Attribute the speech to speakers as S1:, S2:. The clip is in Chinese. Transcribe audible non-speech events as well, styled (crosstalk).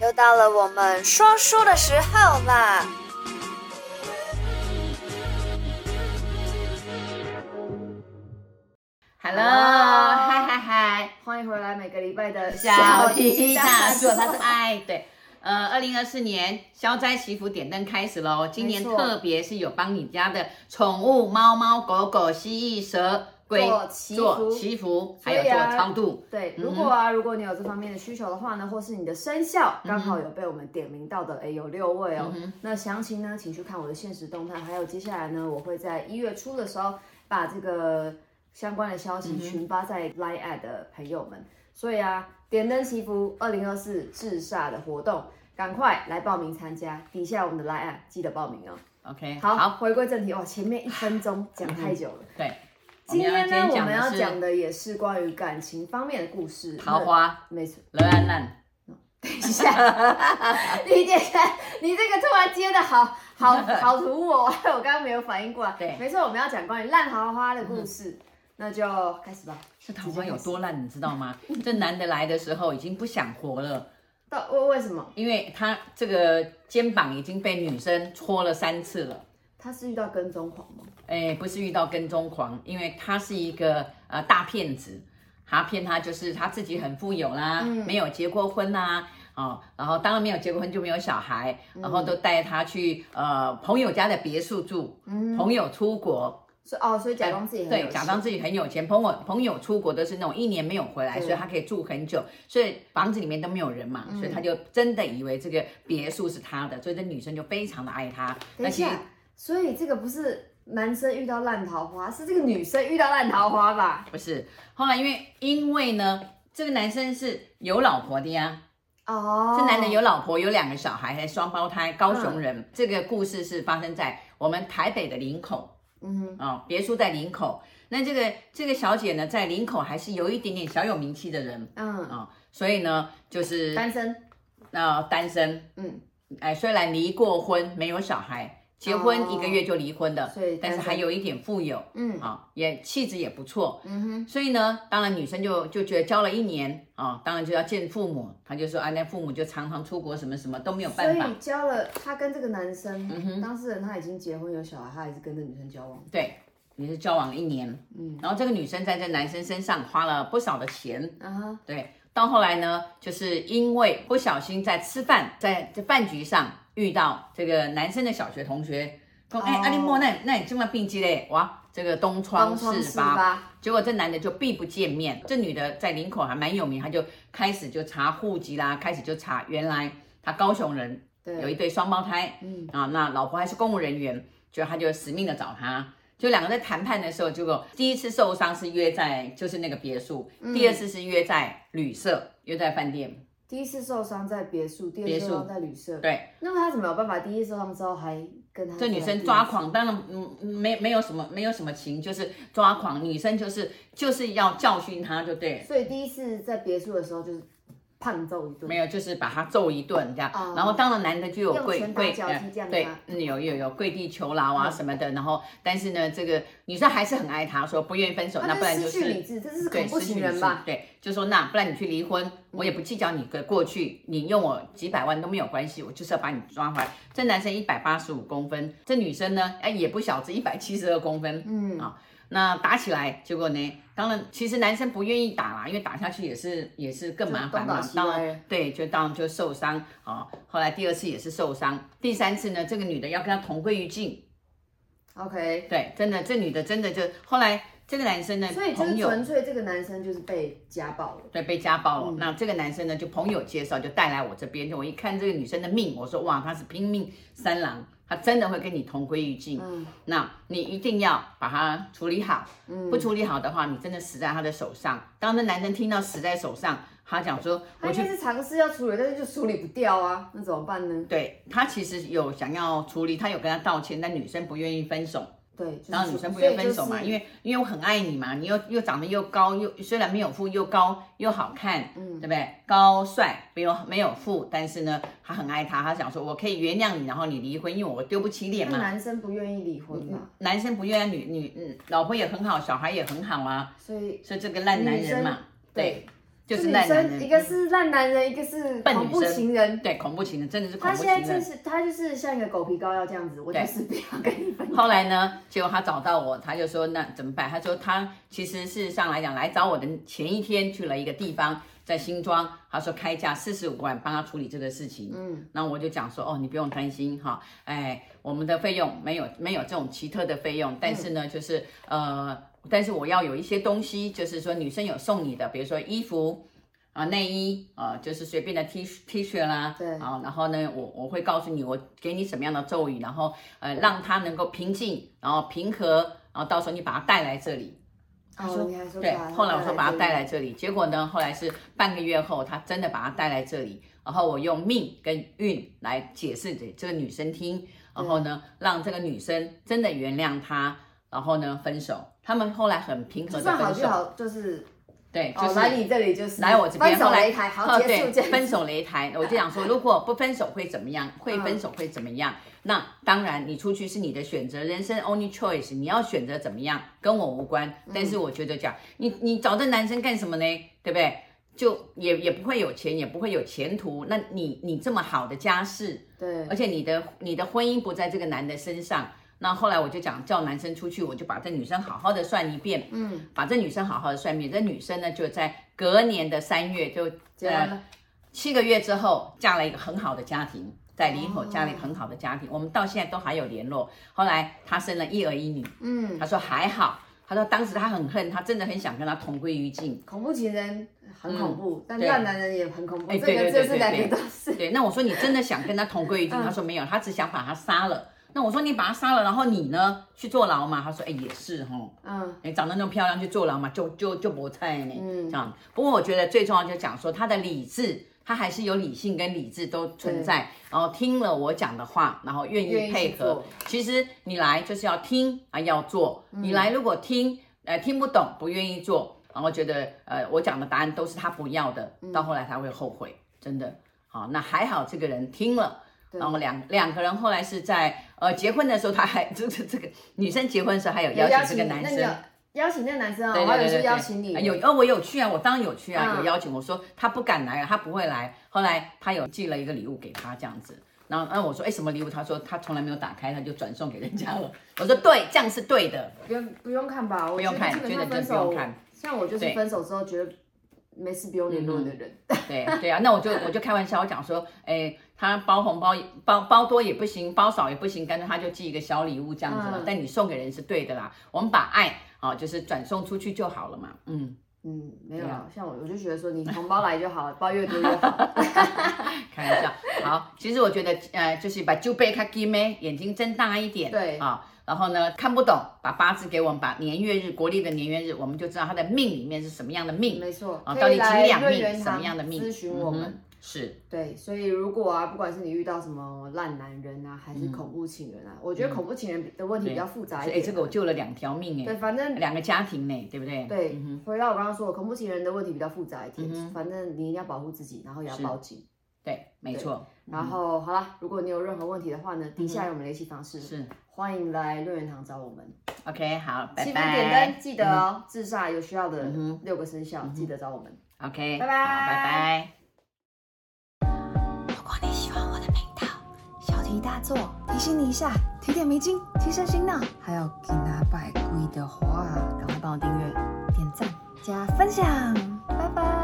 S1: 又到了我们说书的时候啦！
S2: Hello，
S1: Hello
S2: 嗨嗨嗨，
S1: 欢迎回来，每个礼拜的
S2: 小题大做，他是爱对。呃，二零二四年消灾祈福点灯开始喽。今年
S1: 没错
S2: 特别是有帮你家的宠物猫猫狗狗、蜥蜴蛇、龟
S1: 做祈福
S2: 做祈福，还有
S1: 所以
S2: 做
S1: 啊
S2: 超度。
S1: 对，
S2: 嗯哼
S1: 如果啊，如果你有这方面的需求的话呢，或是你的生肖刚好有被我们点名到的，哎，有六位哦。那详情呢，请去看我的现实动态，还有接下来呢，我会在一月初的时候把这个相关的消息群发在 Line at 的朋友们。所以啊，点灯祈福二零二四至煞的活动，赶快来报名参加，底下我们的 Line at 记得报名哦。
S2: OK，
S1: 好，回归正题哇，前面一分
S2: (laughs)
S1: 钟讲太久了。
S2: 嗯对，
S1: 今天呢，我
S2: 我
S1: 们
S2: 们
S1: 要
S2: 要
S1: 讲
S2: 讲
S1: 的也是关于感情方面的故事。
S2: 桃花
S1: 那，没错。 (laughs)
S2: 乐安烂，
S1: 等一下，李姐，你这个突然接的好
S2: (laughs)
S1: 好好突兀哦，我刚刚没有反应过来。
S2: 对嗯
S1: 没错，我们要讲关于烂桃花的故事，那就开始吧。
S2: 这桃花有
S1: (laughs)
S2: 多烂，你知道吗？
S1: 嗯
S2: 这男的来的时候已经不想活了，
S1: 到为为什么
S2: 因为他这个肩膀已经被女生戳了三次了。
S1: 他是遇到跟踪狂吗？
S2: 哎，不是遇到跟踪狂，因为他是一个呃大骗子，他骗他就是他自己很富有啦，
S1: 嗯
S2: 没有结过婚啦，哦，然后当然没有结过婚就没有小孩，
S1: 嗯
S2: 然后都带他去呃朋友家的别墅住，朋友出国，
S1: 是哦，所以假装自己很嗯有
S2: 呃对，
S1: 钱
S2: 假装自己很有钱，朋友朋友出国都是那种一年没有回来，所以他可以住很久，所以房子里面都没有人嘛，
S1: 嗯
S2: 所以他就真的以为这个别墅是他的，所以这女生就非常的爱他，
S1: 等
S2: 那
S1: 一
S2: 其实
S1: 下，所以这个不是男生遇到烂桃花，是这个女生遇到烂桃花吧？
S2: 不是，后来因为因为呢，这个男生是有老婆的呀，
S1: 哦，
S2: 这男的有老婆，有两个小孩，还双胞胎，高雄人。这个故事是发生在我们台北的林口，
S1: 嗯
S2: 啊、别墅在林口。那这个这个小姐呢，在林口还是有一点点小有名气的人啊、
S1: 嗯，
S2: 所以呢，就是
S1: 单身，
S2: 呃单身，
S1: 嗯，
S2: 哎，虽然离过婚，没有小孩，结婚一个月就离婚的，
S1: 所以
S2: 但是
S1: 单身
S2: 还有一点富有，
S1: 嗯
S2: 啊、也气质也不错，
S1: 嗯哼，
S2: 所以呢，当然女生就就觉得交了一年啊、当然就要见父母。她就说啊，那父母就常常出国，什么什么都没有
S1: 所
S2: 办法嗯
S1: 以。交了他跟这个男生，当事人他已经结婚有小孩，他还是跟这女生交往，
S2: 对，也是交往了一年，嗯，然后这个女生在这男生身上花了不少的钱，
S1: 啊哈，
S2: 对。到后来呢，就是因为不小心在吃饭，在这饭局上遇到这个男生的小学同学，说哎，
S1: 哦
S2: 阿林莫，那那你这么病机嘞？哇，这个东窗
S1: 东窗
S2: 事
S1: 事
S2: 发。
S1: 发，
S2: 结果这男的就避不见面，这女的在林口还蛮有名，她就开始就查户籍啦，开始就查原来她高雄人，有
S1: 对，
S2: 一对双胞胎，
S1: 嗯
S2: 啊，那老婆还是公务人员，就她就死命的找他，就两个在谈判的时候，结果第一次受伤是约在就是那个别墅，
S1: 嗯
S2: 第二次是约在旅社，约在饭店，
S1: 第一次受伤在别墅，第二次受伤在旅社，
S2: 对，
S1: 那么他怎么有办法第一次受伤之后还跟他
S2: 这女生抓狂，当然嗯没没有什么没有什么情，就是抓狂，女生就是就是要教训他就对了
S1: 所以第一次在别墅的时候就是胖揍一顿，
S2: 没有，就是把他揍一顿这样。
S1: 哦
S2: 然后当然男的就有
S1: 用
S2: 跪
S1: 拳打
S2: 跪
S1: 脚踢这样
S2: 对
S1: 吗，嗯
S2: 嗯，有有有跪地求饶啊什么的。然后但是呢，这个女生还是很爱他，说不愿意分手，那
S1: 他
S2: 不然
S1: 就
S2: 就
S1: 失去
S2: 是
S1: 理智，这啊是
S2: 对
S1: 恐怖
S2: 失去
S1: 情
S2: 理
S1: 人
S2: 智
S1: 吧？，嗯
S2: 对，就说那不然你去离婚，我也不计较你的过去，你用我几百万都没有关系，我就是要把你抓回来。这男生一百八十五公分，这女生呢，哎也不小，只一百七十二公分，
S1: 嗯
S2: 啊、那打起来，结果呢？当然，其实男生不愿意打啦，因为打下去也是也是更麻烦
S1: 就东倒。
S2: 嘛
S1: 西歪
S2: 当然，对，就当然就受伤啊、后来第二次也是受伤，第三次呢，这个女的要跟他同归于尽。
S1: ，OK，
S2: 对，真的，这女的真的就后来这个男生呢，
S1: 所以就是
S2: 朋友
S1: 纯粹这个男生就是被家暴了，
S2: 对被家暴
S1: 嗯
S2: 了。那这个男生呢，就朋友介绍就带来我这边，就我一看这个女生的命，我说哇，她是拼命三郎，她真的会跟你同归于尽。
S1: 嗯
S2: 那你一定要把它处理好。
S1: 嗯，
S2: 不处理好的话，你真的死在他的手上。当那男生听到死在手上，他讲说，
S1: 他
S2: 我
S1: 应
S2: 去
S1: 该是尝试要处理，但是就处理不掉啊，那怎么办呢？
S2: 对他其实有想要处理，他有跟他道歉，但女生不愿意分手。
S1: 对，就是
S2: 然后女生不愿意分手
S1: 所
S2: 嘛，
S1: 以就是
S2: 因为因为我很爱你嘛，你又又长得又高又虽然没有富，又高又好看，嗯，对不对？高帅没有没有富，但是呢，他很爱他，他想说我可以原谅你，然后你离婚，因为我丢不起脸
S1: 那
S2: 嘛。
S1: 男生不愿意离婚嘛，
S2: 男生不愿意，嗯女女嗯，老婆也很好，小孩也很好啊，
S1: 所以
S2: 所以这个烂男人嘛，对，就是
S1: 女
S2: 烂男
S1: 生
S2: 人，嗯
S1: 一个是烂男人，一个是
S2: 笨
S1: 恐
S2: 女
S1: 怖
S2: 生
S1: 情人。
S2: 对恐怖情人，真的是恐
S1: 他
S2: 怖
S1: 现
S2: 情
S1: 在就
S2: 人。
S1: 是他就是像一个狗皮膏药这样子，我就是不要跟你分
S2: 后来呢，结果他找到我，他就说那怎么办？他说他其实事实上来讲，来找我的前一天去了一个地方，在新庄，他说开价四十五万，帮他处理这个事情。嗯，那我就讲说哦，你不用担心哈，哎，我们的费用没有没有这种奇特的费用，但是呢，就是呃，但是我要有一些东西，就是说女生有送你的，比如说衣服。啊，内衣啊、呃就是随便的 T T 恤啦，
S1: 对
S2: 啊，然后呢，我我会告诉你，我给你什么样的咒语，然后呃，让他能够平静，然后平和，然后到时候你把他带来这里。
S1: 哦，你还说
S2: 对
S1: 把，他
S2: 后来我说把他带
S1: 这里，
S2: 来这里，结果呢，后来是半个月后，他真的把他带来这里，然后我用命跟运来解释给这个女生听，然后呢，让这个女生真的原谅他，然后呢，分手。他们后来很平和
S1: 就
S2: 的
S1: 算好
S2: 分
S1: 就
S2: 手，
S1: 好，就是
S2: 对，就
S1: 哦
S2: 是
S1: 来你这里就是
S2: 来我这边，
S1: 分手
S2: 后来
S1: 擂台，
S2: 哦
S1: 好结束嗯
S2: 对
S1: 这样
S2: 分手擂台，我就想说，如果不分手会怎么样？会分手会怎么样？那当然，你出去是你的选择，人生 only choice，你要选择怎么样跟我无关。
S1: 嗯
S2: 但是我觉得讲，你你找这男生干什么呢？对不对？就也也不会有钱，也不会有前途。那你你这么好的家世，
S1: 对
S2: 而且你的你的婚姻不在这个男的身上。那后来我就讲叫男生出去，我就把这女生好好的算一遍，嗯，把这女生好好的算一遍。这女生呢就在隔年的三月就呃
S1: 结完了，
S2: 七个月之后嫁了一个很好的家庭，在林口
S1: 哦
S2: 嫁了一个很好的家庭，我们到现在都还有联络。后来她生了一儿一女，
S1: 嗯，
S2: 她说还好，她说当时她很恨，她真的很想跟他同归于尽。
S1: 恐怖情人很恐怖，但
S2: 嗯对
S1: 烂男人也很恐怖，
S2: 哎
S1: 这
S2: 对对
S1: 个
S2: 对
S1: 就是
S2: 对
S1: 两
S2: 对
S1: 个都是。
S2: (laughs) 对，那我说你真的想跟他同归于尽？他说没有，他只想把他杀了。那我说你把他杀了，然后你呢去坐牢嘛？他说哎也是哈，
S1: 嗯，
S2: 哎长得那么漂亮去坐牢嘛，就就就不菜呢。嗯，这样。不过我觉得最重要就讲说他的理智，他还是有理性跟理智都存在，然后听了我讲的话，然后愿
S1: 愿
S2: 意
S1: 意
S2: 配
S1: 去
S2: 合
S1: 做。嗯
S2: 其实你来就是要听啊，要做。你来如果听呃听不懂，不愿意做，然后觉得呃我讲的答案都是他不要的，
S1: 嗯
S2: 到后来他会后悔，真的。好，那还好这个人听了，然后两两个人后来是在呃结婚的时候，他还这个这个女生结婚的时候还有
S1: 有
S2: 邀请这个男
S1: 那
S2: 生
S1: 你有。邀请那个男生啊，
S2: 对
S1: 我还
S2: 对
S1: 有
S2: 对
S1: 说
S2: 对，
S1: 邀请你
S2: 啊，有哦，我有去啊，我当然有去啊，
S1: 嗯
S2: 有邀请。我说他不敢来，他不会来。后来他有寄了一个礼物给他，这样子。然后，那我说，哎，什么礼物？他说他从来没有打开，他就转送给人家了。 (laughs) 我说对，这样是对的。
S1: 不用不用看吧，我
S2: 用
S1: 觉得
S2: 看
S1: 基本上分
S2: 真的真的不
S1: 手
S2: 用看，
S1: 像我就是
S2: 对
S1: 分手之后觉得没事不用联络的人，
S2: 对对啊，那我就我就开玩笑，我讲说，哎，他包红包包包多也不行，包少也不行，干脆他就寄一个小礼物这样子了。
S1: 嗯
S2: 但你送给人是对的啦，我们把爱啊、就是转送出去就好了嘛。嗯。
S1: 嗯，没有
S2: 对
S1: 啊，像我我就觉得说你红包来就好，包越多越
S2: (laughs)
S1: 好，
S2: 开玩笑。 (laughs) 好，其实我觉得，呃，就是把就背卡给妹，眼睛睁大一点，
S1: 对
S2: 啊、然后呢，看不懂，把八字给我们，把年月日，国历的年月日，我们就知道他的命里面是什么样的命
S1: 没错，
S2: 啊，到
S1: 可
S2: 底
S1: 以
S2: 几两
S1: 来瑞
S2: 命，
S1: 元
S2: 什么
S1: 堂
S2: 样的命，
S1: 咨询我
S2: 嗯
S1: 们。
S2: 哼是，
S1: 对，所以如果啊，不管是你遇到什么烂男人啊，还是恐怖情人啊，我觉得恐怖情人的问题比较复杂一
S2: 哎，
S1: 点。
S2: 嗯这个我救了两条命，
S1: 对，
S2: 哎，
S1: 反正
S2: 两个家庭呢，对不对？嗯
S1: 对，回到我刚刚说的，恐怖情人的问题比较复杂一点，反正你一定要保护自己，然后也要报警。
S2: 对，没错，
S1: 然后好啦，如果你有任何问题的话呢，底下有我们联系方式，
S2: 是
S1: 欢迎来六元堂找我们。
S2: OK，好，拜
S1: 七分点
S2: 拜
S1: 灯，记得哦，自煞有需要的六个生肖记得找我们。
S2: 嗯，OK，
S1: 拜
S2: 好，
S1: 拜
S2: 拜拜。
S3: 如果你喜欢我的频道，小题大做提醒你一下，提点迷津，提升心脑。还有给拿百贵的话，赶快帮我订阅、点赞、加分享，拜拜。